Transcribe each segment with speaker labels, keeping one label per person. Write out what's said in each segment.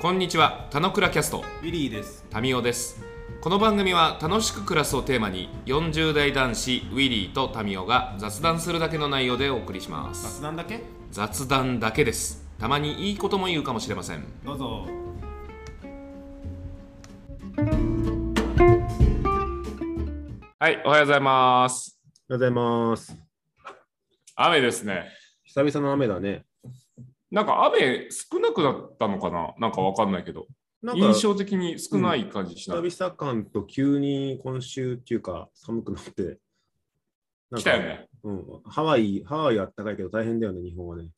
Speaker 1: こんにちは、たのくらキャスト、
Speaker 2: ウィリーです。
Speaker 1: タミオです。この番組は楽しく暮らすをテーマに、40代男子ウィリーとタミオが雑談するだけの内容でお送りします。
Speaker 2: 雑談だけ
Speaker 1: 雑談だけです。たまにいいことも言うかもしれません。
Speaker 2: どうぞ。
Speaker 1: はい、おはようございます。
Speaker 3: おはようございます。
Speaker 1: 雨ですね。
Speaker 3: 久々の雨だね。
Speaker 1: なんか雨少なくなったのかななんかわかんないけど、
Speaker 3: なんか
Speaker 1: 印象的に少ない感じしない。
Speaker 3: 久々感と急に今週っていうか寒くなって。なんか
Speaker 1: 来たよね。
Speaker 3: うん。ハワイ、ハワイは暖かいけど大変だよね、日本はね。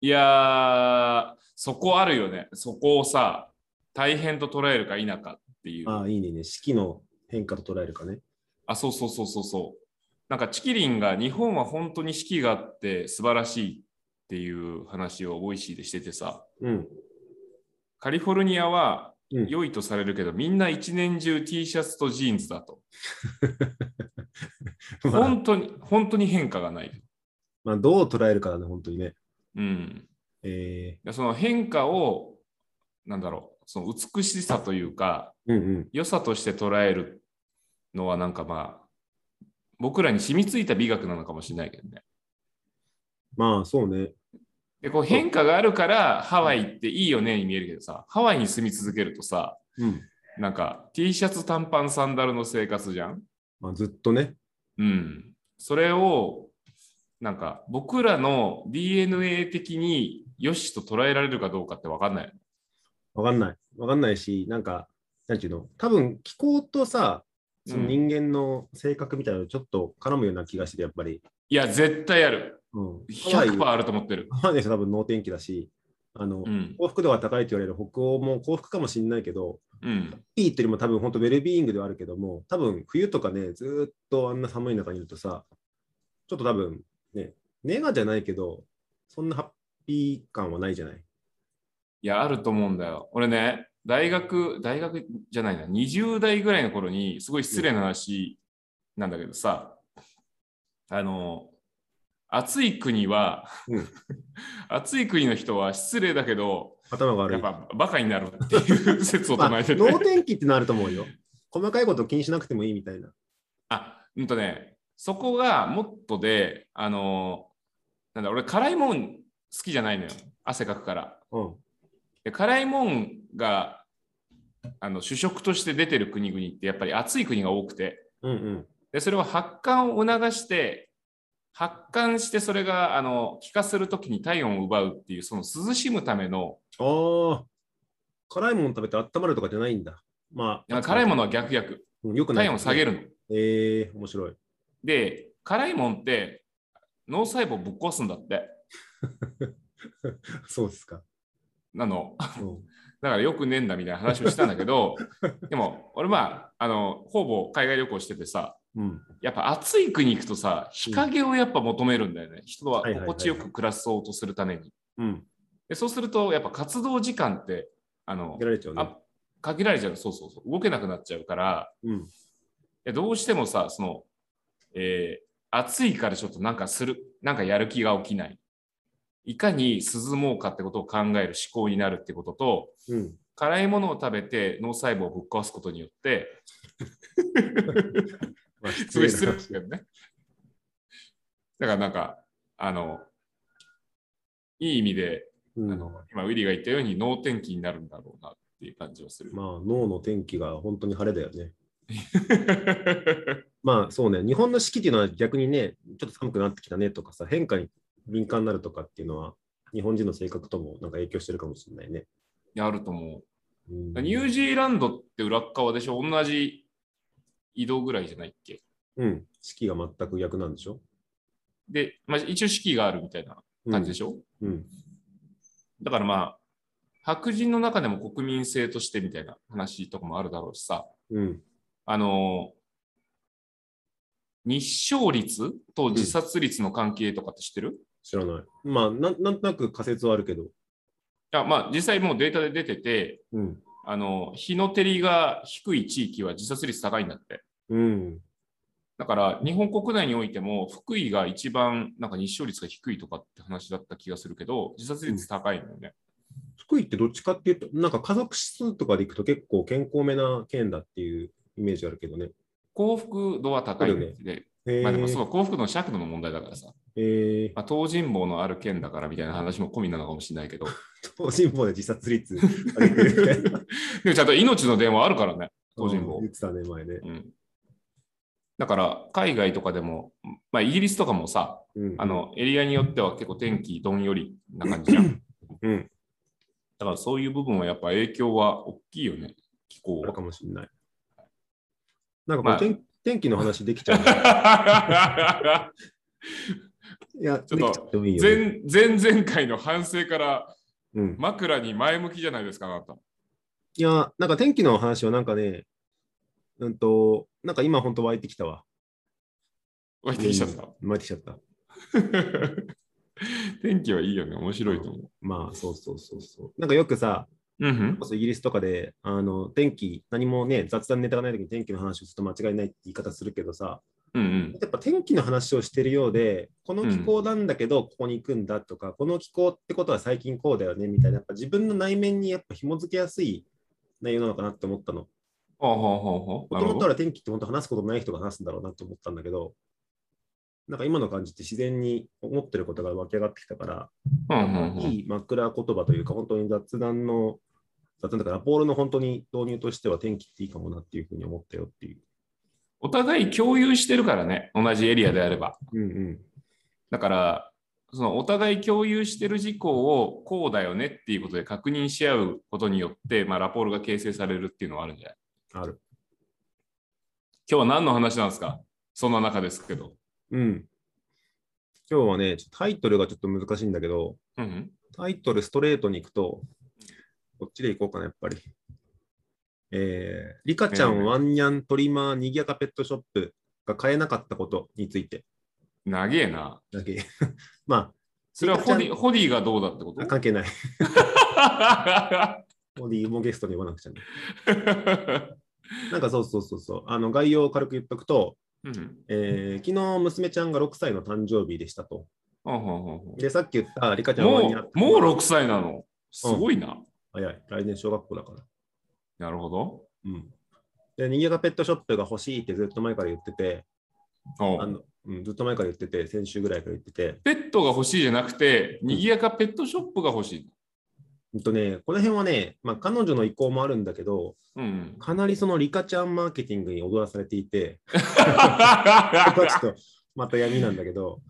Speaker 1: いやー、そこあるよね。そこをさ、大変と捉えるか否かっていう。
Speaker 3: ああ、いいねね。四季の変化と捉えるかね。
Speaker 1: あ、そうそうそうそうそう。なんかチキリンが日本は本当に四季があって素晴らしいっていう話をボイシーでしててさ、
Speaker 3: うん。
Speaker 1: カリフォルニアは
Speaker 3: うん
Speaker 1: 良いとされるけど、みんな一年中 T シャツとジーンズだ と。
Speaker 3: まあ、
Speaker 1: 本当に、本当に変化がない。
Speaker 3: まあ、どう捉えるかだね、本当にね。
Speaker 1: うん。
Speaker 3: え
Speaker 1: でその変化を、なんだろう、その美しさというか、
Speaker 3: ー、うんうん。
Speaker 1: 良さとして捉えるのはなんかまあ、僕らに染みついた美学なのかもしれないけどね。
Speaker 3: まあ、そうね。
Speaker 1: でこう変化があるからハワイっていいよねに見えるけどさハワイに住み続けるとさ
Speaker 3: うん。
Speaker 1: なんか T シャツ短パンサンダルの生活じゃん
Speaker 3: まあ、ずっとね。
Speaker 1: うんそれをなんか僕らの DNA 的によしと捉えられるかどうかって分かんない
Speaker 3: わかんない。わかんないし、なんか、なんていうの多分気候とさ、その人間の性格みたいなのちょっと絡むような気がして、やっぱり。
Speaker 1: いや絶対ある
Speaker 3: うん。ハワイ
Speaker 1: 100%あると思ってる
Speaker 3: ハワイの人多分能天気だし、あの、
Speaker 1: うん
Speaker 3: 幸福度が高いと言われる北欧も幸福かもしれないけど、
Speaker 1: うん
Speaker 3: いいっていうよりも多分本当ウェルビーイングではあるけども、多分冬とかね、ずーっとあんな寒い中にいるとさ、ちょっと多分ね、ネガじゃないけど、そんなハッピー感はないじゃない。
Speaker 1: いやあると思うんだよ俺ね大学大学じゃないな20代ぐらいの頃にすごい失礼な話なんだけどさあの暑い国は、
Speaker 3: うん
Speaker 1: 暑い国の人は失礼だけど
Speaker 3: 頭が悪
Speaker 1: や
Speaker 3: い。
Speaker 1: っぱバカになるっていう説を
Speaker 3: まあ、
Speaker 1: 唱えてて、
Speaker 3: 能天気ってなると思うよ。細かいこと気にしなくてもいいみたいな。
Speaker 1: あうんとねそこがモットであのなんだ俺辛いもん好きじゃないのよ汗かくから。
Speaker 3: うん。
Speaker 1: で辛いもんがあの主食として出てる国々ってやっぱり暑い国が多くて
Speaker 3: うんうん。
Speaker 1: でそれは発汗を促して発汗してそれがあの気化するときに体温を奪うっていうその涼しむための
Speaker 3: ああ、辛いもの食べて温まるとかじゃないんだ。ま
Speaker 1: いや
Speaker 3: あ、
Speaker 1: 辛いものは逆逆
Speaker 3: うんよくない。
Speaker 1: 体温を下げ
Speaker 3: る。
Speaker 1: るの。
Speaker 3: ええ面白い。
Speaker 1: で辛いもんって脳細胞ぶっ壊すんだって。
Speaker 3: そうですか。
Speaker 1: なの
Speaker 3: うん
Speaker 1: だからよくねえんだみたいな話をしたんだけどでも俺まああのほぼ海外旅行しててさ
Speaker 3: うん。
Speaker 1: やっぱ暑い国行くとさ、日陰をやっぱ求めるんだよね。人は
Speaker 3: はいはいはい
Speaker 1: 心地よく暮らそうとするために。
Speaker 3: うん。
Speaker 1: でそうすると、やっぱ活動時間って、あの
Speaker 3: 出、られちゃうね
Speaker 1: あ。限られちゃう。そうそうそう。動けなくなっちゃうから、
Speaker 3: うん。
Speaker 1: でどうしてもさ、その、えー暑いからちょっとなんかする、なんかやる気が起きない。いかに涼もうかってことを考える思考になるってことと、
Speaker 3: うん。
Speaker 1: 辛いものを食べて脳細胞をぶっ壊すことによって、
Speaker 3: まあ、
Speaker 1: す
Speaker 3: 失
Speaker 1: ごい
Speaker 3: 礼
Speaker 1: 失
Speaker 3: な
Speaker 1: 礼ですけどね。だからなんか、あの、いい意味で、
Speaker 3: うん
Speaker 1: あの今、ウィリーが言ったように脳天気になるんだろうなっていう感じをす る。
Speaker 3: まあ、脳の天気が本当に晴れだよね。まあ、そうね。日本の四季っていうのは逆にね、ちょっと寒くなってきたねとかさ、変化に敏感になるとかっていうのは、日本人の性格ともなんか影響してるかもしれないね。
Speaker 1: いやあると思
Speaker 3: うん
Speaker 1: う。ニュージーランドって裏っ側でしょ同じ移動ぐらいじゃないっけ
Speaker 3: うん。四季が全く逆なんでしょ
Speaker 1: で、まあ、一応四季があるみたいな感じでしょ、
Speaker 3: うん。うん。
Speaker 1: だからまあ、白人の中でも国民性としてみたいな話とかもあるだろうしさ、
Speaker 3: うん。
Speaker 1: あの、日照率と自殺率の関係とかって知ってる、い
Speaker 3: 知らない。まあ、なんなんとなく仮説はあるけど。
Speaker 1: やまあ実際もうデータで出てて、
Speaker 3: うん。
Speaker 1: あの、日の照りが低い地域は自殺率高いんだって。
Speaker 3: うん。
Speaker 1: だから日本国内においても福井が一番なんか日照率が低いとかって話だった気がするけど、自殺率高いのよね。
Speaker 3: 福井ってどっちかっていうと、なんか家族指数とかでいくと結構健康めな県だっていうイメージあるけどね。
Speaker 1: 幸福度は高いんで、
Speaker 3: へー
Speaker 1: まあでもそう幸福度の尺度の問題だからさ、
Speaker 3: えー、
Speaker 1: まあ、東尋坊のある県だからみたいな話も込みなのかもしれないけど、
Speaker 3: 東尋坊で自殺率 上げてるみたいな。
Speaker 1: でもちゃんと命の電話あるからね、東尋
Speaker 3: う
Speaker 1: 坊
Speaker 3: ん言。ってたね、前ね。
Speaker 1: うん、だから海外とかでも、まあ、イギリスとかもさ
Speaker 3: うん、
Speaker 1: あのエリアによっては結構天気どんよりな感じじゃん。
Speaker 3: うん
Speaker 1: だからそういう部分はやっぱ影響は大きいよね、気候
Speaker 3: ある
Speaker 1: は
Speaker 3: か。もしれない。なんかこう、
Speaker 1: まあ
Speaker 3: 天天気の話できちゃう。いや、
Speaker 1: ちょっと
Speaker 3: できちゃってもいいよ、ね。
Speaker 1: 前前々回の反省から
Speaker 3: うん、
Speaker 1: 枕に前向きじゃないですか、あなた。
Speaker 3: いや、なんか天気の話はなんかね、うんと、なんか今本当湧いてきたわ。
Speaker 1: 湧いてきちゃった。
Speaker 3: うん湧いてきちゃった。
Speaker 1: 天気はいいよね、面白いと思う。
Speaker 3: まあ、そうそうそうそう。なんかよくさ、
Speaker 1: うんうん
Speaker 3: こそイギリスとかで、あの、天気、何もね、雑談ネタがない時に天気の話をすると間違いないって言い方するけどさ、
Speaker 1: うんうん
Speaker 3: やっぱ天気の話をしてるようで、この気候なんだけど、ここに行くんだとか、この気候ってことは最近こうだよねみたいな、やっぱ自分の内面にやっぱ紐付けやすい内容なのかなって思ったの。
Speaker 1: ほうほうほうほう
Speaker 3: も
Speaker 1: なる
Speaker 3: とも
Speaker 1: ほ
Speaker 3: と
Speaker 1: ど
Speaker 3: は天気って本当話すことない人が話すんだろうなと思ったんだけど、なんか今の感じって自然に思ってることが湧き上がってきたから、
Speaker 1: うんうんうん
Speaker 3: いい枕言葉というか、本当に雑談の、雑談だから、ラポールの本当に導入としては天気っていいかもなっていうふうに思ったよっていう。
Speaker 1: お互い共有してるからね、同じエリアであれば。
Speaker 3: うんうん。
Speaker 1: だから、そのお互い共有してる事項をこうだよねっていうことで確認し合うことによって、まあ、ラポールが形成されるっていうのはあるんじゃない
Speaker 3: ある。
Speaker 1: 今日は何の話なんですかそんな中ですけど。
Speaker 3: うん。今日はね、ちょっとタイトルがちょっと難しいんだけど、
Speaker 1: うんうん、
Speaker 3: タイトルストレートに行くと、こっちで行こうかな、やっぱり。えー、リカちゃ
Speaker 1: え
Speaker 3: ん
Speaker 1: ー
Speaker 3: ワンニャントリマーにぎやかペットショップが買えなかったことについて
Speaker 1: 長えな。
Speaker 3: だけ。 ま
Speaker 1: それはホデ
Speaker 3: リ
Speaker 1: ィホディがどうだってこ
Speaker 3: あ、
Speaker 1: と
Speaker 3: 関係ない。オディもゲストに呼ばなくちゃね。なんかそうそうそうそう。あの概要を軽く言っとくと、
Speaker 1: うんうん
Speaker 3: えー、昨日娘ちゃんが6歳の誕生日でしたと。
Speaker 1: ほうほうほうほ
Speaker 3: で、さっき言ったリカち
Speaker 1: う
Speaker 3: ゃんワン
Speaker 1: も
Speaker 3: ニャン。
Speaker 1: う、もう6歳なの。すごいな。
Speaker 3: 早い。来年小学校だから。
Speaker 1: なるほど。
Speaker 3: うん。で、にぎやかペットショップが欲しいってずっと前から言ってて、
Speaker 1: お
Speaker 3: あのうん、ずっと前から言ってて、先週ぐらいから言ってて、
Speaker 1: ペットが欲しいじゃなくて、にぎやかペットショップが欲しい。
Speaker 3: うんとね、この辺はね、まあ、彼女の意向もあるんだけど、
Speaker 1: うん うん、
Speaker 3: かなりそのリカちゃんマーケティングに踊らされてい て、ここはちょ
Speaker 1: な
Speaker 3: っとまた闇なんだけど、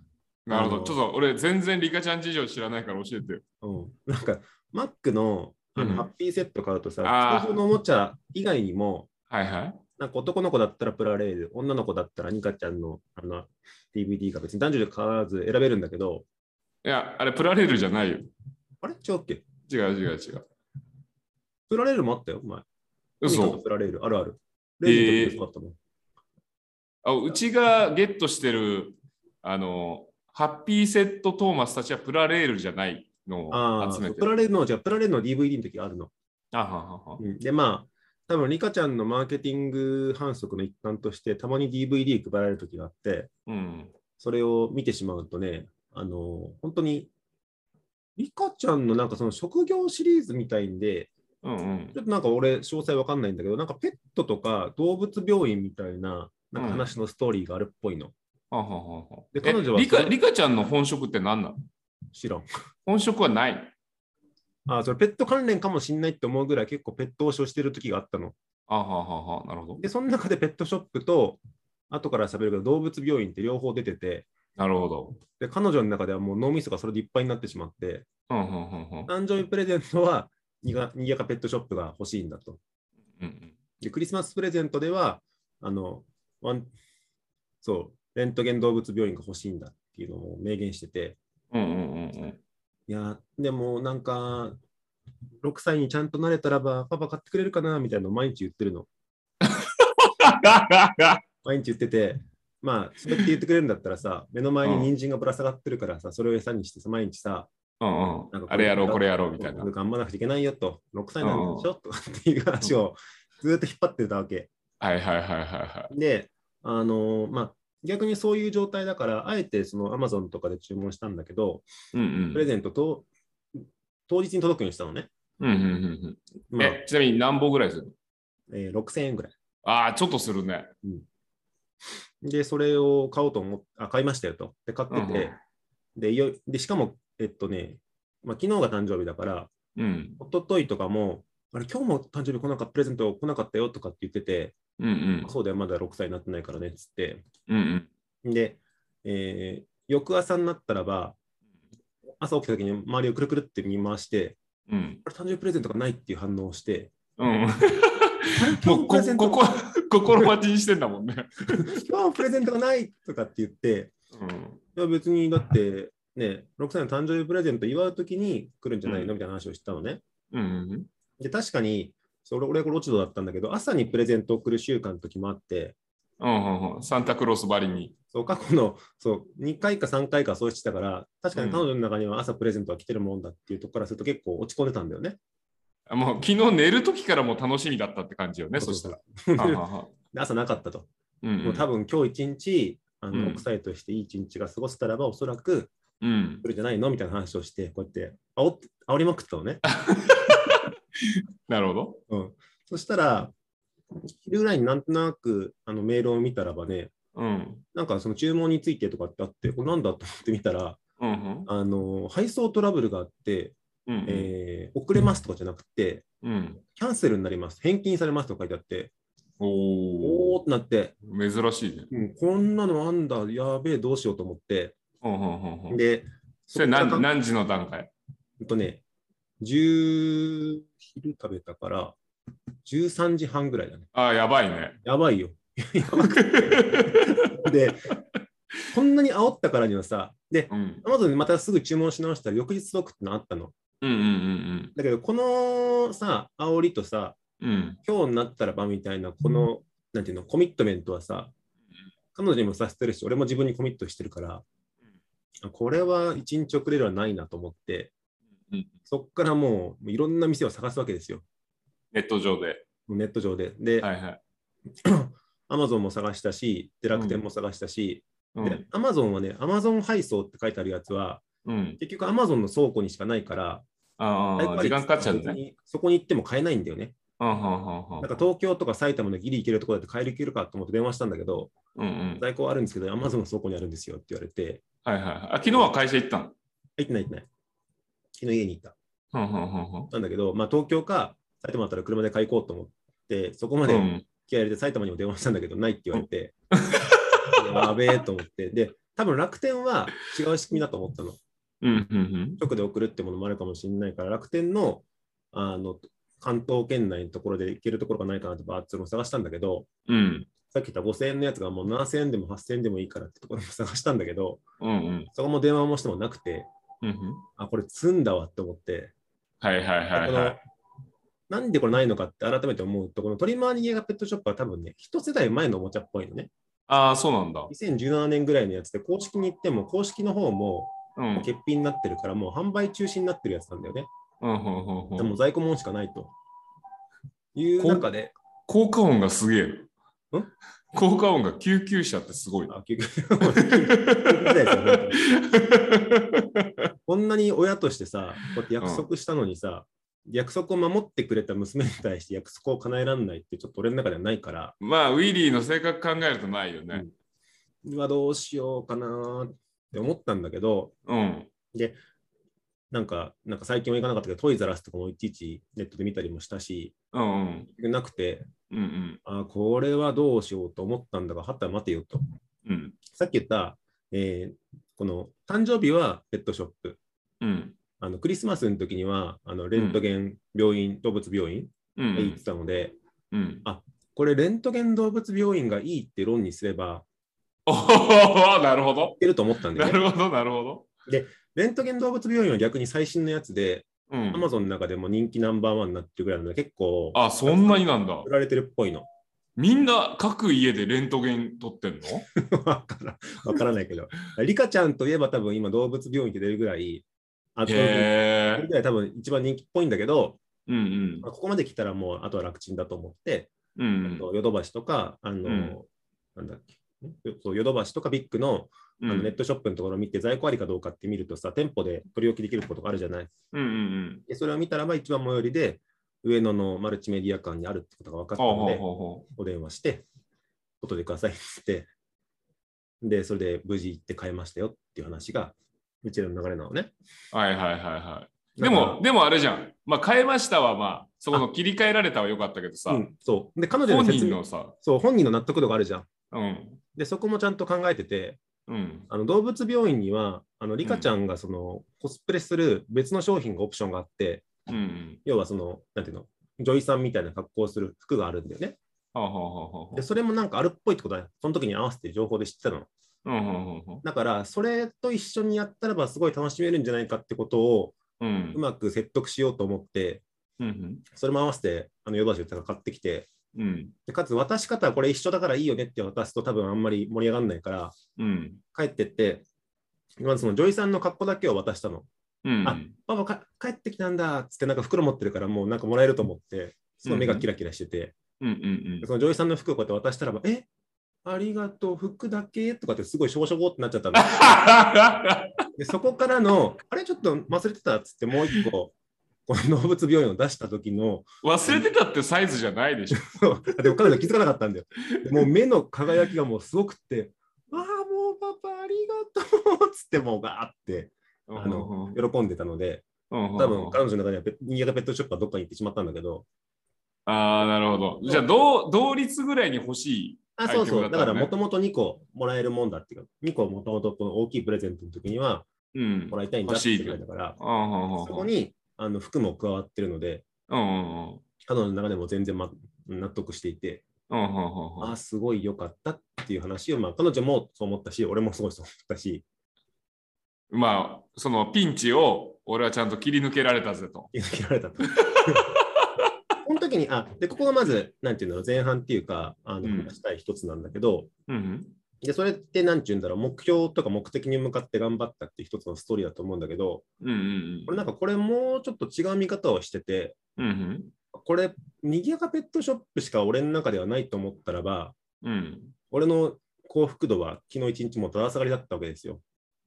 Speaker 1: るほ
Speaker 3: あ
Speaker 1: ど。
Speaker 3: の
Speaker 1: ちょっと俺、全然リカちゃん事情知らないから教えてよ。
Speaker 3: うん、なんか、マックのあの、
Speaker 1: うん
Speaker 3: ハッピーセット買うと
Speaker 1: あ
Speaker 3: さ
Speaker 1: ー、
Speaker 3: 通常のおもちゃ以外にも、
Speaker 1: はいはい。
Speaker 3: なんか男の子だったらプラレール、女の子だったらニカちゃんのあの DVD が別に男女で変わらず選べるんだけど、
Speaker 1: いや、あれ、プラレールじゃないよ。
Speaker 3: あれ違うっけ
Speaker 1: 違う違う違う。
Speaker 3: プラレールもあったよ、前。ニカと
Speaker 1: 嘘
Speaker 3: プラレール、あるある。
Speaker 1: え
Speaker 3: レ
Speaker 1: ー
Speaker 3: ールとかあったもん。
Speaker 1: あうちがゲットしてる、あの、ハッピーセットトーマスたちはプラレールじゃないの
Speaker 3: あ
Speaker 1: を
Speaker 3: あ、
Speaker 1: 集
Speaker 3: そ
Speaker 1: め
Speaker 3: う
Speaker 1: て
Speaker 3: プ
Speaker 1: る。
Speaker 3: ラレールの、じゃあプラレールの DVD の時あるの。
Speaker 1: あははは
Speaker 3: うんで、まあ、多分リカちゃんのマーケティング反則の一環として、たまに DVD 配られる時があって、
Speaker 1: うん。
Speaker 3: それを見てしまうとね、あの、本当に、リカちゃんのなんかその職業シリーズみたいんで、
Speaker 1: うんうん
Speaker 3: ちょっとなんか俺、詳細わかんないんだけど、なんかペットとか動物病院みたいな、なんか話のストーリーがあるっぽいの。
Speaker 1: はははは
Speaker 3: で彼女は
Speaker 1: えリカ
Speaker 3: それ
Speaker 1: リカちゃんの本職って何なの
Speaker 3: 知らん。
Speaker 1: 本職はない。
Speaker 3: あーそれペット関連かもしんないって思うぐらい結構ペット推しをしてる時があったの。
Speaker 1: あはははなるほど。
Speaker 3: で、その中でペットショップと、後から喋るけど、動物病院って両方出てて、
Speaker 1: なるほど。
Speaker 3: で、彼女の中ではもう脳みそがそれでいっぱいになってしまって、
Speaker 1: うんうんうんうん
Speaker 3: 誕生日プレゼントはにがにぎやかペットショップが欲しいんだと。
Speaker 1: うん
Speaker 3: で、クリスマスプレゼントでは、あの、ワン、そう、レントゲン動物病院が欲しいんだっていうのを明言してて、
Speaker 1: うん うんうんうんうん
Speaker 3: いやー、でもなんか、6歳にちゃんとなれたらば、パパ買ってくれるかなみたいなのを毎日言ってるの。毎日言ってて、まあ、それって言ってくれるんだったらさ、目の前に人参がぶら下がってるからさ、それを餌にしてさ、毎日さ、
Speaker 1: うんう
Speaker 3: なん
Speaker 1: ん
Speaker 3: か
Speaker 1: あれやろう、これやろうみたいな。
Speaker 3: 頑張らなくちゃいけないよと、6歳なんでしょとかっていう話をずっと引っ張ってたわけ。
Speaker 1: はいはいはいはいは
Speaker 3: で、あのーまあ、逆にそういう状態だから、あえてその Amazon とかで注文したんだけど、
Speaker 1: い。うん
Speaker 3: プレゼントと当日に届くようにしたのね。
Speaker 1: うんうんうんうん。
Speaker 3: まあ
Speaker 1: え、ちなみに何本ぐらいするの
Speaker 3: えー6000円ぐらい。
Speaker 1: ああ、ちょっとするね。
Speaker 3: で、それを買おうと思っあ、買いましたよと。で、買ってて、
Speaker 1: うんうん
Speaker 3: でいよで、しかも、えっとね、まあ、昨日が誕生日だから、
Speaker 1: うん。
Speaker 3: 一昨日とかも、あれ、今日も誕生日来なかった、プレゼント来なかったよとかって言ってて、
Speaker 1: うんうん。
Speaker 3: そうだよ、まだ6歳になってないからねっつって。
Speaker 1: うんうん。
Speaker 3: で、えー翌朝になったらば、朝起きた時に周りをくるくるって見回して、
Speaker 1: うん。
Speaker 3: あれ誕生日プレゼントがないっていう反応をして、
Speaker 1: うん。
Speaker 3: あれ今日
Speaker 1: もう
Speaker 3: もプ
Speaker 1: こ
Speaker 3: レゼント
Speaker 1: ここ心待ちにしてんだもんね。
Speaker 3: 今日もプレゼントがないとかって言って、
Speaker 1: うん。
Speaker 3: いや別にだって、ね、6歳の誕生日プレゼント祝う時に来るんじゃないのみたいな話をしてたのね。
Speaker 1: うんうん
Speaker 3: で、確かに、それ俺、これ落ち度だったんだけど、朝にプレゼントを送る習慣の時もあって、
Speaker 1: うん。うんうんうん。サンタクロースばりに。
Speaker 3: そう過去のそう2回か3回かそうしてたから、確かに彼女の中には朝プレゼントは来てるもんだっていうところからすると結構落ち込んでたんだよね。
Speaker 1: あもう昨日寝る時からもう楽しみだったって感じよね、そしたら。
Speaker 3: ら
Speaker 1: はあはあはあ
Speaker 3: で朝なかったと。
Speaker 1: うんうん
Speaker 3: もう多分今日一日、あ
Speaker 1: うん
Speaker 3: の6歳としていい一日が過ごせたらば、おそらく
Speaker 1: うん
Speaker 3: 来るんじゃないのみたいな話をして、こうやって煽って煽りまくった のね。
Speaker 1: なるほど。
Speaker 3: うん、そしたら、昼ぐらいになんとなくあのメールを見たらばね、
Speaker 1: うん。
Speaker 3: なんかその注文についてとかってあって、これなんだと思ってみたら、
Speaker 1: うんうん
Speaker 3: あの配送トラブルがあって、
Speaker 1: うんうん
Speaker 3: えー遅れますとかじゃなくて、
Speaker 1: うん。
Speaker 3: キャンセルになります、返金されますとか書いてあって、
Speaker 1: お
Speaker 3: おー
Speaker 1: お
Speaker 3: ってなって、
Speaker 1: 珍しいね。
Speaker 3: うんこんなのあんだ、やべえ、どうしようと思って、
Speaker 1: うんうんうんうん
Speaker 3: で、
Speaker 1: それ
Speaker 3: そ
Speaker 1: 何
Speaker 3: っから
Speaker 1: 何時の段階
Speaker 3: ほんとね、10昼食べたから、13時半ぐらいだね。
Speaker 1: ああ、やばいね。
Speaker 3: やばいよ。やばくて。で、こんなに煽ったからにはさ、で、
Speaker 1: うん。
Speaker 3: アマゾンでまたすぐ注文し直したら翌日届くってのあったの。
Speaker 1: うんうん
Speaker 3: だけど、このさ、煽りとさ、
Speaker 1: うんうん。うん。
Speaker 3: 今日になったらばみたいな、この、なんていうの、コミットメントはさ、彼女にもさせてるし、俺も自分にコミットしてるから、これは一日遅れるはないなと思って、
Speaker 1: うん
Speaker 3: そっからもういろんな店を探すわけですよ、
Speaker 1: ネット上で。
Speaker 3: ネット上で。で、
Speaker 1: はいはい。
Speaker 3: アマゾンも探したし、で楽天も探したし、
Speaker 1: う
Speaker 3: で
Speaker 1: ん。
Speaker 3: アマゾンはね、アマゾン配送って書いてあるやつは、
Speaker 1: うん、
Speaker 3: 結局アマゾンの倉庫にしかないから、
Speaker 1: あ
Speaker 3: 在庫
Speaker 1: あ、
Speaker 3: あ
Speaker 1: 時
Speaker 3: り
Speaker 1: 間かかっちゃう
Speaker 3: 別
Speaker 1: ね。
Speaker 3: にそこに行っても買えないんだよね。
Speaker 1: うんうんうんうん
Speaker 3: なんか東京とか埼玉のギリ行けるところだと買える行けるかと思って電話したんだけど、
Speaker 1: うんうん。
Speaker 3: 在庫はあるんですけど、アマゾンの倉庫にあるんですよって言われて、
Speaker 1: はいはい。あ、昨日は会社行ったの
Speaker 3: 入ってない行ってない。昨日家に行った。
Speaker 1: うんうんうんうん
Speaker 3: なんだけど、まあ、東京か埼玉だったら車で買い行こうと思って、そこまで
Speaker 1: うん
Speaker 3: 気合い入れて埼玉にも電話したんだけど、ないって言われて、やべえと思って、で、多分楽天は違う仕組みだと思ったの。
Speaker 1: うんうん
Speaker 3: 直で送るってものもあるかもしれないから、楽天のあの関東圏内のところで行けるところがないかなってバーッと探したんだけど、
Speaker 1: うんうん
Speaker 3: さっき言った5000円のやつがもう7000円でも8000円でもいいからってところも探したんだけど、
Speaker 1: うんうん
Speaker 3: そこも電話もしてもなくて、
Speaker 1: うんうん
Speaker 3: あ、これ積んだわって思って、
Speaker 1: はいはいはいはい。
Speaker 3: このなんでこれないのかって改めて思うと、このトリマーニゲガペットショップは多分ね、一世代前のおもちゃっぽいのね。
Speaker 1: ああ、そうなんだ。
Speaker 3: 2017年ぐらいのやつで公式に行っても、公式の方も
Speaker 1: うん。うん
Speaker 3: 欠品になってるから、もう販売中止になってるやつなんだよね。
Speaker 1: うんうん
Speaker 3: で
Speaker 1: うん
Speaker 3: も在庫もんしかないと。いう中で、
Speaker 1: 効果音がすげえな。
Speaker 3: ん
Speaker 1: 効果音が救急車ってすごいな。
Speaker 3: あ結局ですよ本当にこんなに親としてさ、こうやって約束したのにさ、約束を守ってくれた娘に対して約束を叶えられないって、ちょっと俺の中ではないから、
Speaker 1: まあ、ウィリーの性格考えるとないよね。
Speaker 3: うわ、どうしようかなーって思ったんだけど、
Speaker 1: うん。
Speaker 3: なんか、なんか最近は行かなかったけど、トイザラスとかもいちいちネットで見たりもしたし、
Speaker 1: うんうん。
Speaker 3: なくて、
Speaker 1: うんうん。
Speaker 3: あーこれはどうしようと思ったんだが、はた待てよと。
Speaker 1: うん。
Speaker 3: さっき言った、えーこの誕生日はペットショップ、
Speaker 1: うん。
Speaker 3: あのクリスマスの時にはあのレントゲン、病院、動物病院
Speaker 1: う
Speaker 3: がいいって言っ
Speaker 1: ん
Speaker 3: てたので、
Speaker 1: うん。
Speaker 3: これ、レントゲン動物病院がいいって論にすれば、
Speaker 1: おお、 なるほど
Speaker 3: い。けると思ったんで、
Speaker 1: な
Speaker 3: ね、
Speaker 1: るほど、なるほど。
Speaker 3: レントゲン動物病院は逆に最新のやつで、
Speaker 1: う
Speaker 3: アマ
Speaker 1: ん。
Speaker 3: ゾンの中でも人気ナンバーワンになってるぐらいなので、結構
Speaker 1: あ、そんなになんだ
Speaker 3: 売。られてるっぽいの。
Speaker 1: みんな各家でレントゲン取ってんの
Speaker 3: わからわからないけど、リカちゃんといえば多分今動物病院って出るぐらい、あと、そ
Speaker 1: へ
Speaker 3: れ
Speaker 1: え。
Speaker 3: ぐらい多分一番人気っぽいんだけど、
Speaker 1: うん
Speaker 3: まあここまで来たらもうあとは楽ちんだと思って、
Speaker 1: うん。うん
Speaker 3: あとヨドバシとか、あの、
Speaker 1: うん
Speaker 3: なんだっけ、ねそうヨドバシとかビッグの
Speaker 1: う
Speaker 3: あ
Speaker 1: ん
Speaker 3: のネットショップのところを見て、在庫ありかどうかって見るとさ、店舗で取り置きできることがあるじゃない。
Speaker 1: うんうん
Speaker 3: でそれを見たらば、一番最寄りで、上野のマルチメディア館にあるってことが分か
Speaker 1: うん。
Speaker 3: った
Speaker 1: ほうほ
Speaker 3: の
Speaker 1: う
Speaker 3: で、
Speaker 1: ほうほ
Speaker 3: お電話して、お届けくださいっつって、で、それで無事行って買いましたよっていう話が、うちらの流れなのね。
Speaker 1: う。はいはいはいはい。
Speaker 3: だ
Speaker 1: で
Speaker 3: から
Speaker 1: も、、でもあれじゃん。まあ、変えましたは、まあ、そこの切り替えられたは良かったけどさ、
Speaker 3: うん、そう。で、彼女の
Speaker 1: 本
Speaker 3: 説
Speaker 1: 人
Speaker 3: 明
Speaker 1: のさ、
Speaker 3: そう、本人の納得度があるじゃん。
Speaker 1: うん、
Speaker 3: で、そこもちゃんと考えてて、
Speaker 1: うん、
Speaker 3: あの動物病院には、あのリカちゃんがその、コスプレする別の商品がオプションがあって、
Speaker 1: うんうん。
Speaker 3: 要はその、なんていうの、女医さんみたいな格好をする服があるんだよね。
Speaker 1: ほうほうほうほう
Speaker 3: で、それもなんかあるっぽいってことだよ。その時に合わせて情報で知ってたの。
Speaker 1: うんうんうんうん
Speaker 3: だから、それと一緒にやったらば、すごい楽しめるんじゃないかってことを、
Speaker 1: うん
Speaker 3: うまく説得しようと思って、
Speaker 1: うん
Speaker 3: それも合わせて、あのヨドバシで買ってきて、
Speaker 1: うん
Speaker 3: でかつ渡し方はこれ一緒だからいいよねって渡すと多分あんまり盛り上がらないから、
Speaker 1: うん
Speaker 3: 帰ってって、まずその女医さんの格好だけを渡したの。
Speaker 1: うん
Speaker 3: あパパか帰ってきたんだっつって、なんか袋持ってるからもうなんかもらえると思って、その目がキラキラしてて、
Speaker 1: うんうん
Speaker 3: でその女医さんの服をこうやって渡したらば、えありがとう、服だけとかってすごいしょぼしょぼってなっちゃっ たの。でそこからの、あれちょっと忘れてたっつって、もう一個、この動物病院を出した時の、
Speaker 1: 忘れてたってサイズじゃないでしょ。
Speaker 3: あ でも彼女気づかなかったんだよ。もう目の輝きがもうすごくって、ああ、もうパパありがとうっつって、もうガーってあの喜んでたので、
Speaker 1: うん
Speaker 3: 多分彼女の中にはペ新潟ペットショップはどっかに行ってしまったんだけど、
Speaker 1: ああ、なるほど。じゃあ、同同率ぐらいに欲しい。
Speaker 3: あそうそ
Speaker 1: アイテム
Speaker 3: う、
Speaker 1: だったのね
Speaker 3: だからもともと2個もらえるもんだっていうか、2個もともとこの大きいプレゼントの時には
Speaker 1: うん
Speaker 3: も。らいたいんだっていうぐらいだから、
Speaker 1: うんうんうん
Speaker 3: そこにあの服も加わってるので、
Speaker 1: うんうんうん
Speaker 3: 彼女の中でも全然、ま、納得していて、
Speaker 1: うんうんうんうん
Speaker 3: あすごい良かったっていう話を、まあ、彼女もそう思ったし、俺もすごいそう思ったし、
Speaker 1: まあ、そのピンチを俺はちゃんと切り抜けられたぜと。
Speaker 3: 言い切ら れたと。この時に、あでここがまず、なんていうの、前半っていうか、あ
Speaker 1: うん
Speaker 3: の話したい一つなんだけど、
Speaker 1: うん
Speaker 3: でそれって、なんていうんだろう、目標とか目的に向かって頑張ったっていう一つのストーリーだと思うんだけど、
Speaker 1: うんうん
Speaker 3: これなんかこれもうちょっと違う見方をしてて、
Speaker 1: うんうん
Speaker 3: これ、にぎやかペットショップしか俺の中ではないと思ったらば、
Speaker 1: うんうん。
Speaker 3: 俺の幸福度は昨日一日もだら下がりだったわけですよ。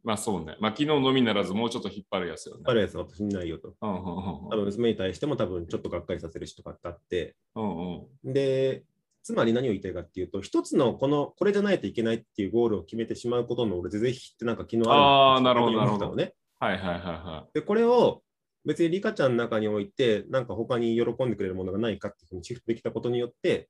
Speaker 1: まあそうね。まあ昨日のみならずもうちょっと引っ張るやつよね。
Speaker 3: あるやつは私にないよと。
Speaker 1: うんうん
Speaker 3: 多分娘に対しても多分ちょっとがっかりさせるしとかってあって。
Speaker 1: うんうんうん
Speaker 3: で、つまり何を言いたいかっていうと、一つのこの、これじゃないといけないっていうゴールを決めてしまうことの俺、ぜひってなんか昨日ある
Speaker 1: あーなるほど
Speaker 3: 思ったのね。
Speaker 1: はいはいはいは
Speaker 3: で、これを別にリカちゃんの中において、なんか他に喜んでくれるものがないかっていうふうにシフトできたことによって、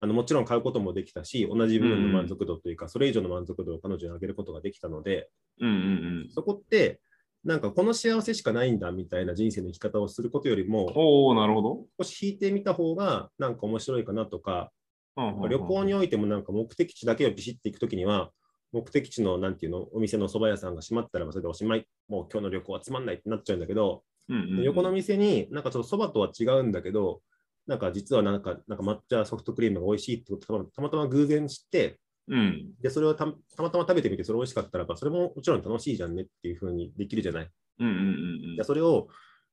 Speaker 3: あのもちろん買うこともできたし、同じ部分の満足度というか、それ以上の満足度を彼女に上げることができたので、
Speaker 1: い。うんうんうん。
Speaker 3: そこって、なんかこの幸せしかないんだみたいな人生の生き方をすることよりも、
Speaker 1: おおなるほど。
Speaker 3: 少し引いてみた方が、なんか面白いかなとか、
Speaker 1: うんうんうん
Speaker 3: 旅行においてもなんか目的地だけをビシッて行くときには、目的地のなんていうの、お店の蕎麦屋さんが閉まったらばそれでおしまい、もう今日の旅行はつまんないってなっちゃうんだけど、
Speaker 1: うんうんうん
Speaker 3: 横の店になんかちょっと蕎麦とは違うんだけど、なんか実はなんかなんか抹茶ソフトクリームが美味しいってことをたまたま偶然知って、
Speaker 1: うん
Speaker 3: でそれをたたまたま食べてみて、それ美味しかったらば、それももちろん楽しいじゃんねっていうふうにできるじゃない。
Speaker 1: うんうんうんうん
Speaker 3: いやそれを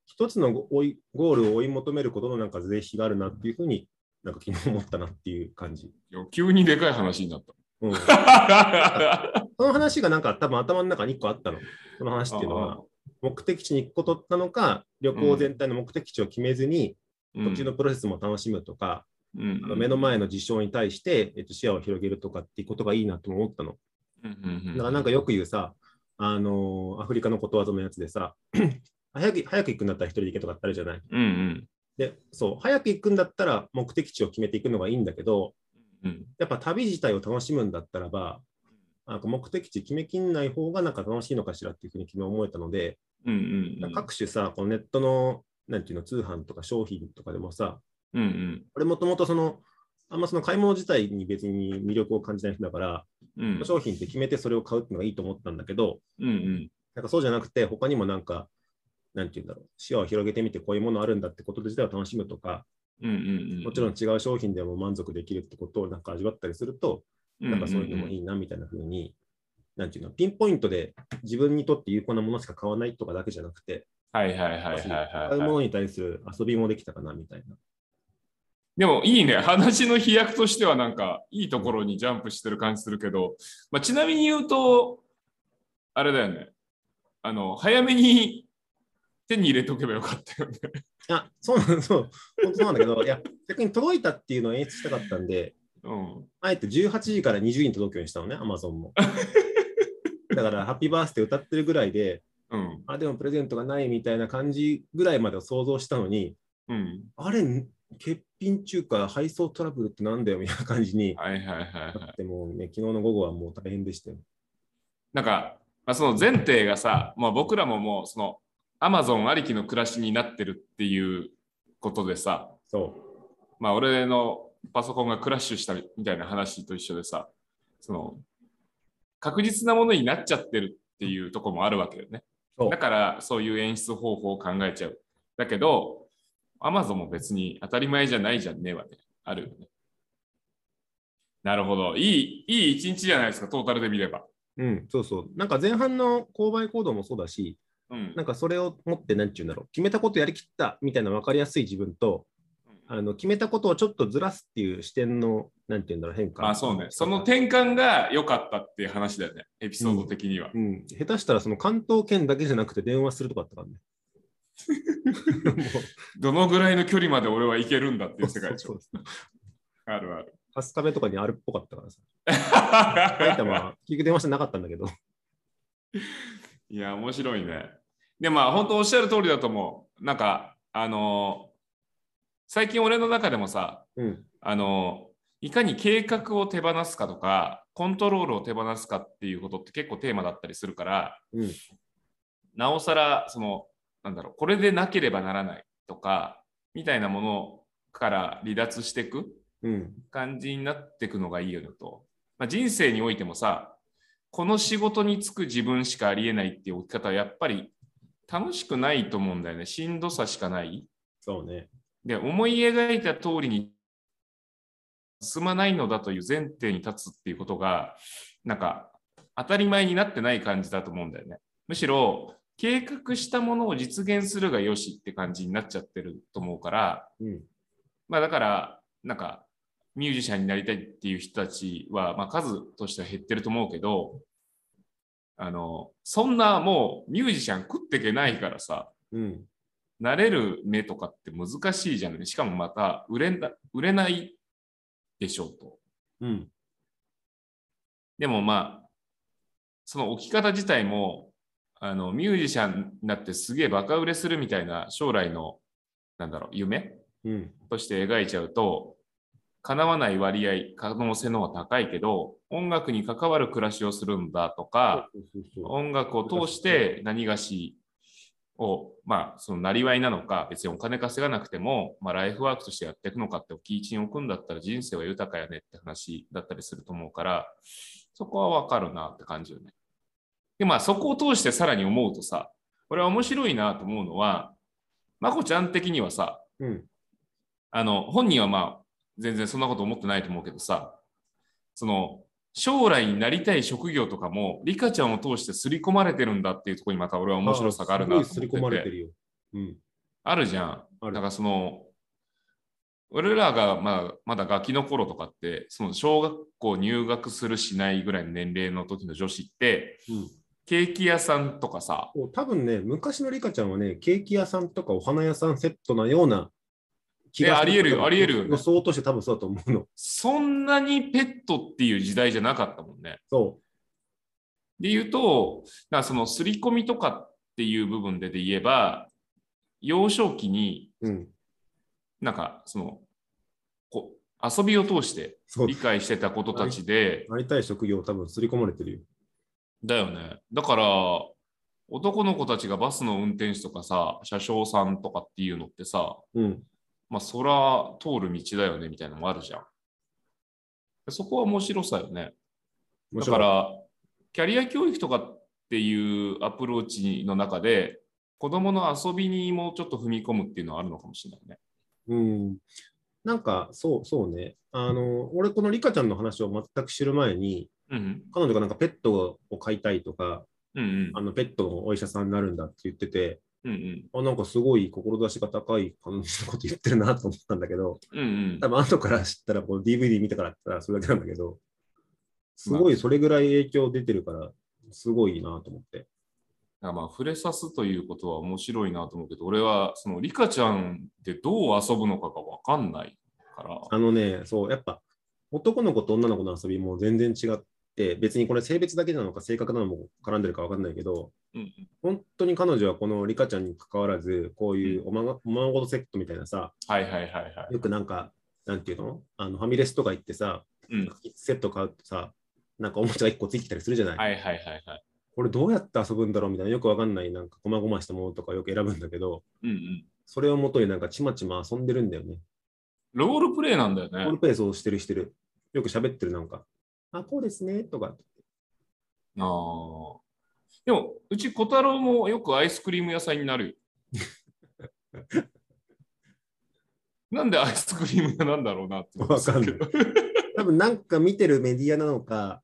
Speaker 3: 一つの追いゴールを追い求めることのなんか是非があるなっていうふうになんか昨日思ったなっていう感じ。
Speaker 1: いや急にでかい話になっ
Speaker 3: うん、 そ
Speaker 1: た。
Speaker 3: の話がなんか多分頭の中に1個あったの。その話っていうの
Speaker 1: あ
Speaker 3: は
Speaker 1: ー
Speaker 3: 目的地に行くことなのか旅行全体の目的地を決めずに途中のプロセスも楽しむとか、
Speaker 1: うん
Speaker 3: あの目の前の事象に対して、えっと、視野を広げるとかっていうことがいいなとも思ったの。
Speaker 1: うんうんう
Speaker 3: だ
Speaker 1: ん
Speaker 3: からなんかよく言うさ、あのーアフリカのことわざのやつでさ 早く早く行くんだったら一人で行けとかってあるじゃない。
Speaker 1: うんうん
Speaker 3: で、そう、早く行くんだったら目的地を決めていくのがいいんだけど、
Speaker 1: うん
Speaker 3: やっぱ旅自体を楽しむんだったらば、なんか目的地決めきんない方がなんか楽しいのかしらっていうふうに昨日思えたので、
Speaker 1: うんうんうん
Speaker 3: 各種さ、このネットの、なんていうの、通販とか商品とかでもさ、
Speaker 1: うんうん
Speaker 3: 俺もともとその、あんまその買い物自体に別に魅力を感じない人だから、
Speaker 1: うん
Speaker 3: 商品って決めてそれを買うっていうのがいいと思ったんだけど、
Speaker 1: うんうん
Speaker 3: なんかそうじゃなくて、他にもなんか、なんていうんだろう、視野を広げてみてこういうものあるんだってこと自体を楽しむとか、
Speaker 1: うんうんうん
Speaker 3: もちろん違う商品でも満足できるってことをなんか味わったりすると、なんかそういうのもいいなみたいな風に、なんていうの、ピンポイントで自分にとって有効なものしか買わないとかだけじゃなくて、
Speaker 1: はいはいはいはいはい
Speaker 3: 買う
Speaker 1: はい
Speaker 3: ものに対する遊びもできたかなみたいな。
Speaker 1: でもいいね、話の飛躍としてはなんかいいところにジャンプしてる感じするけど、まあ、ちなみに言うと、あれだよね、あの早めに手に入れておけばよかったよね。
Speaker 3: あ、そうなの、そう、本当そうなんだけど、いや、逆に届いたっていうのを演出したかったんで、
Speaker 1: うん、
Speaker 3: あえて18時から20時に届くようにしたのね、アマゾンも。だから、ハッピーバースデー歌ってるぐらいで、
Speaker 1: うん、
Speaker 3: あ、でもプレゼントがないみたいな感じぐらいまでを想像したのに、
Speaker 1: うん。
Speaker 3: あれ、欠品中華、配送トラブルってなんだよみたいな感じに。
Speaker 1: はいはいはいはい。
Speaker 3: でもうね、昨日の午後はもう大変でしたよ。
Speaker 1: なんか、まあ、その前提がさ、まあ、僕らももうそのアマゾンありきの暮らしになってるっていうことでさ、
Speaker 3: そ
Speaker 1: まあ、俺のパソコンがクラッシュしたみたいな話と一緒でさ、その確実なものになっちゃってるっていうところもあるわけだよね。
Speaker 3: そう
Speaker 1: だからそういう演出方法を考えちゃう。だけど、アマゾンも別に当たり前じゃないじゃんねはね。あるよね。なるほど。いい、いい一日じゃないですか、トータルで見れば。
Speaker 3: う。うん、そうそう。なんか前半の購買行動もそうだし、
Speaker 1: うん
Speaker 3: なんかそれを持って何て言うんだろう、決めたことやりきったみたいな分かりやすい自分と、あの決めたことをちょっとずらすっていう視点の何て言うんだろう変化。
Speaker 1: まあそうね。その転換が良かったっていう話だよね。エピソード的には。
Speaker 3: うん、下手したらその関東圏だけじゃなくて電話するとかあった からね。
Speaker 1: どのぐらいの距離まで俺はいけるんだってい
Speaker 3: も
Speaker 1: う世界でし
Speaker 3: そう
Speaker 1: ょ。
Speaker 3: そうそう
Speaker 1: あるある。
Speaker 3: 春日部とかにあるっぽかったからさ。埼玉は結局電話してなかったんだけど。
Speaker 1: いや、面白いね。で、まあ、本当おっしゃる通りだと思う。なんか、あのー最近俺の中でもさ、
Speaker 3: うん、
Speaker 1: あのーいかに計画を手放すかとか、コントロールを手放すかっていうことって結構テーマだったりするから、
Speaker 3: うん
Speaker 1: なおさら、その、なんだろう、これでなければならないとか、みたいなものから離脱していく
Speaker 3: うん、
Speaker 1: 感じになっていくのがいいよねと、まあ、人生においてもさこの仕事に就く自分しかありえないっていう置き方はやっぱり楽しくないと思うんだよねしんどさしかない
Speaker 3: そうね。
Speaker 1: で思い描いた通りに進まないのだという前提に立つっていうことがなんか当たり前になってない感じだと思うんだよねむしろ計画したものを実現するがよしって感じになっちゃってると思うから
Speaker 3: うん、
Speaker 1: まあだから、なんか、ミュージシャンになりたいっていう人たちは、まあ数としては減ってると思うけど、あの、そんなもうミュージシャン食ってけないからさ、
Speaker 3: うん、
Speaker 1: 慣れる目とかって難しいじゃない。しかもまた売れな、売れないでしょうと。
Speaker 3: うん、
Speaker 1: でもまあ、その置き方自体も、あの、ミュージシャンになってすげえバカ売れするみたいな将来の、なんだろう、夢
Speaker 3: うん、
Speaker 1: として描いちゃうと叶わない割合可能性の方が高いけど音楽に関わる暮らしをするんだとか
Speaker 3: そうそうそうそう
Speaker 1: 音楽を通して何がしをまあそのなりわいなのか別にお金稼がなくても、まあ、ライフワークとしてやっていくのかって大きい一員を組んだったら人生は豊かやねって話だったりすると思うからそこはわかるなって感じよね。でまあそこを通してさらに思うとさ俺は面白いなと思うのはまこちゃん的にはさ
Speaker 3: うん、
Speaker 1: あの、本人はまあ、全然そんなこと思ってないと思うけどさ、その、将来になりたい職業とかも、リカちゃんを通して刷り込まれてるんだっていうところにまた俺は面白さがあるなと思って
Speaker 3: すご
Speaker 1: て。
Speaker 3: い刷り込まれてるよ。うん、
Speaker 1: あるじゃん。
Speaker 3: ある
Speaker 1: だからその、俺らがまあまだガキの頃とかって、その小学校入学するしないぐらいの年齢の時の女子って、
Speaker 3: うん
Speaker 1: ケーキ屋さんとかさ、
Speaker 3: こう多分ね、昔のリカちゃんはね、ケーキ屋さんとかお花屋さんセットなような気
Speaker 1: いやありえるよありえるよね
Speaker 3: 予想として多分そうだと思うの。
Speaker 1: そんなにペットっていう時代じゃなかったもんね。
Speaker 3: そ
Speaker 1: で言うと、だからその刷り込みとかっていう部分でで言えば、幼少期に
Speaker 3: う。うん。
Speaker 1: なんかそのこう遊びを通して
Speaker 3: そう
Speaker 1: 理。解してたことたちで、
Speaker 3: なりたい職業多分刷り込まれてるよ。
Speaker 1: だよね。だから、男の子たちがバスの運転手とかさ、車掌さんとかっていうのってさ、
Speaker 3: うん。
Speaker 1: まあ、そら通る道だよねみたいなのもあるじゃん。そこは面白さよね。
Speaker 3: も
Speaker 1: だ
Speaker 3: ち
Speaker 1: か
Speaker 3: ろん。
Speaker 1: ら、キャリア教育とかっていうアプローチの中で、子供の遊びにもちょっと踏み込むっていうのはあるのかもしれないね。
Speaker 3: うん。なんか、そう、そうね。あの、俺、このリカちゃんの話を全く知る前に、
Speaker 1: うん
Speaker 3: 彼女がなんかペットを飼いたいとか、
Speaker 1: うん。うんうん。
Speaker 3: あのペットのお医者さんになるんだって言ってて、
Speaker 1: うんうん。
Speaker 3: あ、なんかすごい志が高い感じのこと言ってるなと思ったんだけど、
Speaker 1: うんうん
Speaker 3: 多。分後から知ったら、こう DVD 見たからって言ったらそれだけなんだけど、すごいそれぐらい影響出てるから、すごいなと思って。
Speaker 1: だからまあ、触れさすということは面白いなと思うけど、俺は、その、リカちゃんってどう遊ぶのかがわかんないから。
Speaker 3: あのね、そう、やっぱ男の子と女の子の遊びも全然違って、別にこれ性別だけなのか性格なのも絡んでるか分かんないけど、
Speaker 1: うん
Speaker 3: 本当に彼女はこのリカちゃんに関わらず、こういうおまがおままごとセットみたいなさ、
Speaker 1: はいはいはいはい。
Speaker 3: よくなんか、なんていうのあのファミレスとか行ってさ、
Speaker 1: うん。
Speaker 3: セット買うとさ、なんかおもちゃが1個ついてきたりするじゃない、
Speaker 1: はいはいはいはい。
Speaker 3: これどうやって遊ぶんだろうみたいな、よく分かんない、なんか細々したものとかよく選ぶんだけど、
Speaker 1: うんうん。
Speaker 3: それをもとになんかちまちま遊んでるんだよね。
Speaker 1: ロールプレイなんだよ
Speaker 3: ロール
Speaker 1: ね。
Speaker 3: プレイそうしてるしてる。よく喋ってるなんか。あ、こうですね、とか。
Speaker 1: あーでも、うち小太郎もよくアイスクリーム屋さんになる よ。なんでアイスクリーム屋なんだろう なって思
Speaker 3: わかんない。多分なんか見てるメディアなのか、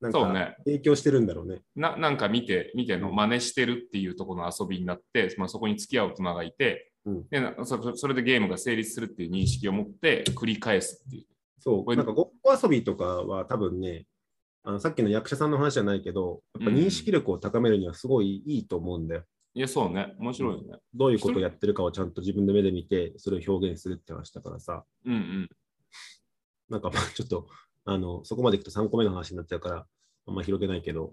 Speaker 3: なん
Speaker 1: そう
Speaker 3: か
Speaker 1: ね
Speaker 3: 影響してるんだろうね。
Speaker 1: ななんか見て、見ての、真似してるっていうところの遊びになって、まあ、そこに付き合う大人がいて、
Speaker 3: うん
Speaker 1: でなそ、それでゲームが成立するっていう認識を持って、繰り返すっていう。
Speaker 3: そう
Speaker 1: これ
Speaker 3: なんかごっこ遊びとかは多分ね、あのさっきの役者さんの話じゃないけど、やっぱ認識力を高めるにはすごいいいと思うんだよ。
Speaker 1: いや、そうね。面白いよね。
Speaker 3: どういうことをやってるかをちゃんと自分で目で見て、それを表現するって話だからさ、
Speaker 1: うんうん。
Speaker 3: なんかまあちょっと、あのそこまでいくと3個目の話になっちゃうから、あんま広げないけど、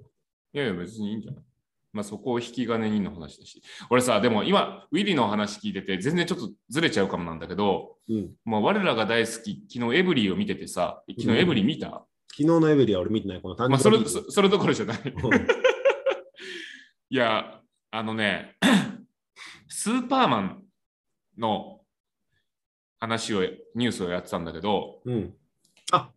Speaker 1: いやいや、別にいいんじゃないまあそこを引き金にの話だし。俺さ、でも今、ウィリーの話聞いてて、全然ちょっとずれちゃうかもなんだけど、
Speaker 3: うん、
Speaker 1: まあ我らが大好き、昨日エブリーを見ててさ、昨日エブリー見た、
Speaker 3: 昨日のエブリィは俺見てない、この誕生日、
Speaker 1: まあそれそそれどころじゃない。
Speaker 3: うん
Speaker 1: いや、あのね、 スーパーマンの話を、ニュースをやってたんだけど、
Speaker 3: うん。あ、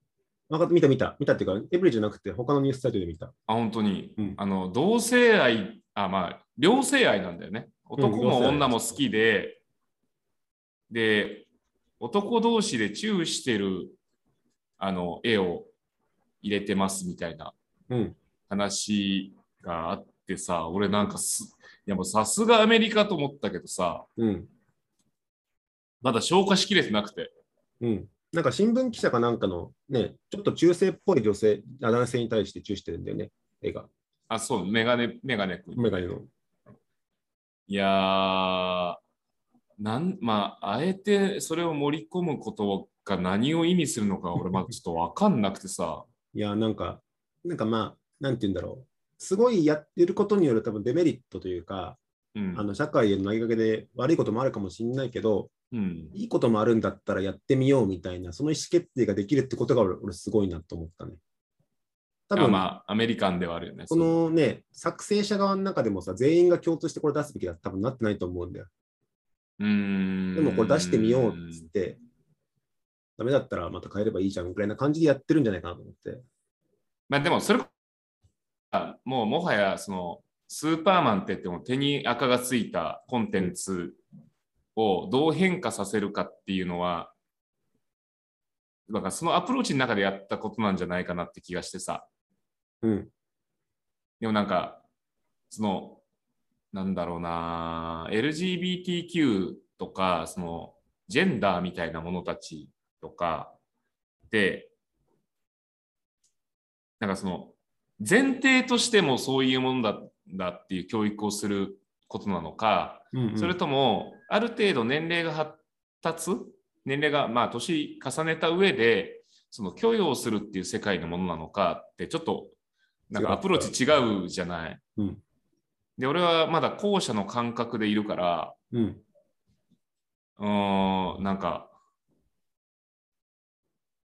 Speaker 3: 分かった、見た見た。見たっていうか、エブリィじゃなくて、他のニュースサイトで見た。
Speaker 1: あ本当に、
Speaker 3: うん
Speaker 1: あの同性愛あまあ両性愛なんだよね
Speaker 3: ん
Speaker 1: 男も女も好きで、で男同士でチューしてるあの絵を入れてますみたいな
Speaker 3: うん。
Speaker 1: 話があってさ俺なんかすいやもうさすがアメリカと思ったけどさ
Speaker 3: うん。
Speaker 1: まだ消化しきれてなくて
Speaker 3: うん。なんか新聞記者かなんかの、ね、ちょっと中性っぽい女性、あ男性に対してチューしてるんだよね、映画。
Speaker 1: あそうメガネメガネ君
Speaker 3: メガネの。
Speaker 1: いやーなん、まあ、あえてそれを盛り込むことが何を意味するのか、俺、まだちょっと分かんなくてさ、
Speaker 3: いや、なんか、なんかまあ、なんて言うんだろう。すごいやってることによる多分デメリットというか、
Speaker 1: うん
Speaker 3: あの社会への投げかけで悪いこともあるかもしれないけど、
Speaker 1: うん、
Speaker 3: いいこともあるんだったらやってみようみたいな、その意思決定ができるってことが俺、俺すごいなと思ったね。多
Speaker 1: あ
Speaker 3: 分、
Speaker 1: まあ、アメリカンではあるよね。
Speaker 3: このね、作成者側の中でもさ、全員が共通してこれ出すべきだって多分なってないと思うんだよ。
Speaker 1: うーん
Speaker 3: でもこれ出してみようっつって、ダメだったらまた変えればいいじゃんみたいな感じでやってるんじゃないかなと思って。
Speaker 1: まあ、でも、それこあもうもはや、その、スーパーマンって言っても手に赤がついたコンテンツをどう変化させるかっていうのは、だからそのアプローチの中でやったことなんじゃないかなって気がしてさ。
Speaker 3: うん。
Speaker 1: でもなんか、その、なんだろうな、LGBTQ とか、その、ジェンダーみたいなものたちとかで、なんかその、前提としてもそういうものだだっていう教育をすることなのか、
Speaker 3: うんうん
Speaker 1: それとも、ある程度年齢が発達、年齢が、まあ、年重ねた上で、その許容するっていう世界のものなのかって、ちょっと、なんかアプローチ違うじゃない。
Speaker 3: うん
Speaker 1: で、俺はまだ後者の感覚でいるから、
Speaker 3: うん。
Speaker 1: うーん、なんか、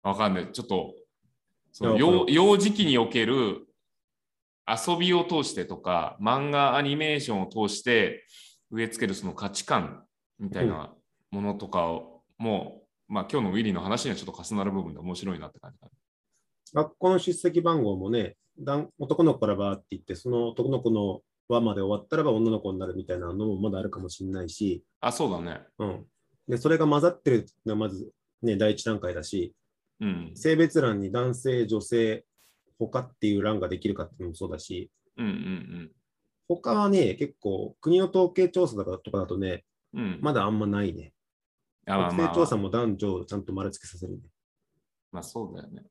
Speaker 1: わかんない。ちょっと、その
Speaker 3: いやわ
Speaker 1: 幼
Speaker 3: か
Speaker 1: 幼児期における遊びを通してとか、漫画、アニメーションを通して植え付けるその価値観みたいなものとかを、もう、まあ今日のウィリーの話にはちょっと重なる部分で面白いなって感じだね
Speaker 3: 学校の出席番号もね、男男の子からバーって言って、その男の子の輪まで終わったらば女の子になるみたいなのもまだあるかもしれないし、
Speaker 1: あ、そうだね。
Speaker 3: うん。で、それが混ざってるのはまずね、第一段階だし、
Speaker 1: うん。
Speaker 3: 性別欄に男性、女性、他っていう欄ができるかっていうのもそうだし、
Speaker 1: うんうんうん。
Speaker 3: 他はね、結構、国の統計調査だとかだとね、
Speaker 1: うん。
Speaker 3: まだあんまないね。
Speaker 1: あまあ
Speaker 3: 学
Speaker 1: ま
Speaker 3: 生
Speaker 1: あ
Speaker 3: 調査も男女をちゃんと丸付けさせるね。
Speaker 1: まあそうだよね。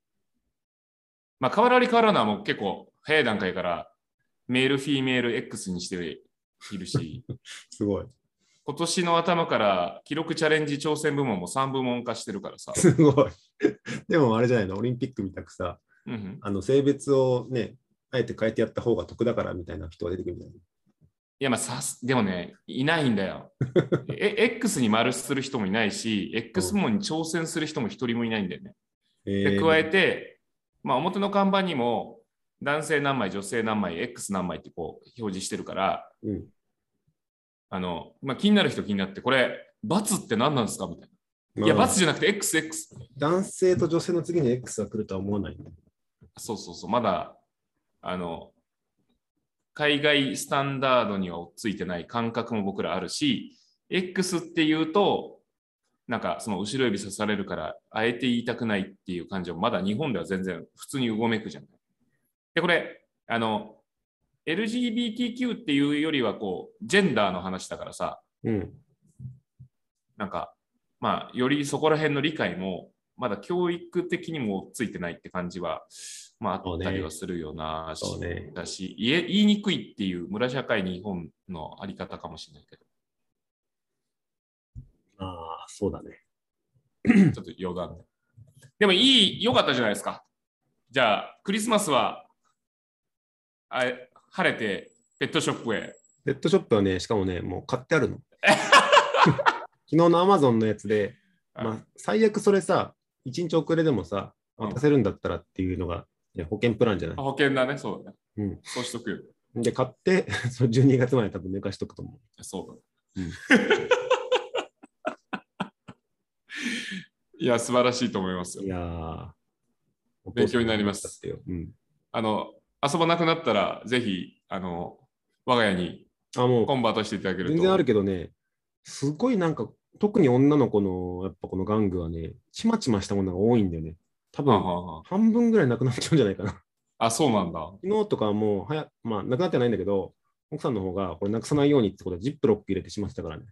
Speaker 1: まあ変わられ変わらないもう結構早い段階からメール、フィーメール、X にしているし、
Speaker 3: すごい。
Speaker 1: 今年の頭から記録チャレンジ挑戦部門も3部門化してるからさ。
Speaker 3: すごい。 でもあれじゃないの、オリンピックみたくさ、
Speaker 1: うんうん、
Speaker 3: あの性別をね、あえて変えてやった方が得だからみたいな人が出てくるみたい
Speaker 1: いやまあさす、でもね、いないんだよ。え、X に丸する人もいないし、X 部門に挑戦する人も一人もいないんだよね。
Speaker 3: な。
Speaker 1: で加え
Speaker 3: て、
Speaker 1: て、まあ、表の看板にも男性何枚、女性何枚、X 何枚ってこう表示してるから、
Speaker 3: うん
Speaker 1: あのまあ、気になる人気になって、これ、×って何なんですかみたいな。いや、
Speaker 3: まあ
Speaker 1: ×じゃなくて XX。
Speaker 3: 男性と女性の次に X が来るとは思わない。
Speaker 1: そうそうそう、まだ、あの、海外スタンダードには追っついてない感覚も僕らあるし、X っていうと、なんかその後ろ指刺されるから、あえて言いたくないっていう感情、まだ日本では全然普通にうごめくじゃない。で、これ、あの、LGBTQ っていうよりは、こう、ジェンダーの話だからさ、
Speaker 3: うん。
Speaker 1: なんか、まあ、よりそこら辺の理解も、まだ教育的にもついてないって感じは、まあ、あったりはするよなし、
Speaker 3: そうね
Speaker 1: だし言え、言いにくいっていう村社会日本のあり方かもしれないけど、
Speaker 3: ああ、そうだね。
Speaker 1: ちょっと余談で。でも、いい、良かったじゃないですか。じゃあ、クリスマスは、あれ晴れて、ペットショップへ。
Speaker 3: ペットショップはね、しかもね、もう買っ てあるの。昨日のアマゾンのやつで、まあ、最悪それさ、1日遅れでもさ、
Speaker 1: うん
Speaker 3: 渡せるんだったらっていうのが、ね保険プランじゃない
Speaker 1: あ、。保険だね、そうだね。
Speaker 3: うん
Speaker 1: そうしとくよ。
Speaker 3: で、買って、 その12月まで多分寝かしとくと思う。
Speaker 1: そうだ、
Speaker 3: うん
Speaker 1: いや、素晴らしいと思いますよ
Speaker 3: い。やー
Speaker 1: 勉強になります。
Speaker 3: お父さんの話だったようん、
Speaker 1: あの、遊ばなくなったら、ぜひ、あの、我が家に
Speaker 3: あ、も
Speaker 1: コンバートしていただけ
Speaker 3: う、
Speaker 1: ると。
Speaker 3: 全然あるけどね、すごいなんか、特に女の子の、やっぱこの玩具はね、ちまちましたものが多いんだよね。多
Speaker 1: は
Speaker 3: 分、
Speaker 1: はは
Speaker 3: 半分ぐらいなくなっちゃうんじゃないかな。
Speaker 1: あ、そうなんだ。
Speaker 3: 昨日とかはもうはや、まあ、なくなってはないんだけど、奥さんの方が、これなくさないようにってことで、ジップロック入れてしまってたからね。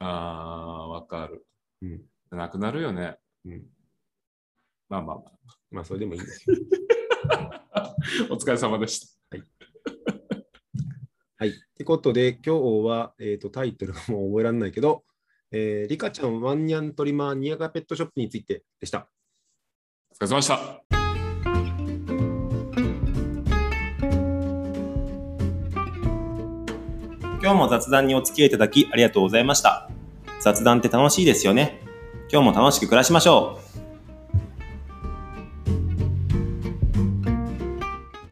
Speaker 1: あー、わかる。
Speaker 3: うん。
Speaker 1: なくなるよね。
Speaker 3: うん。
Speaker 1: まあまあまあ。
Speaker 3: まあ、それでもいいんですよ。
Speaker 1: お疲れ様でした。
Speaker 3: はい。ってことで、今日は、えっ、と、タイトルがもう覚えられないけど、えー、リカちゃんワンニャントリマーニアガペットショップについてでした。
Speaker 1: お疲れ様でした。
Speaker 2: 今日も雑談にお付き合いいただきありがとうございました。雑談って楽しいですよね。今日も楽しく暮らしましょう。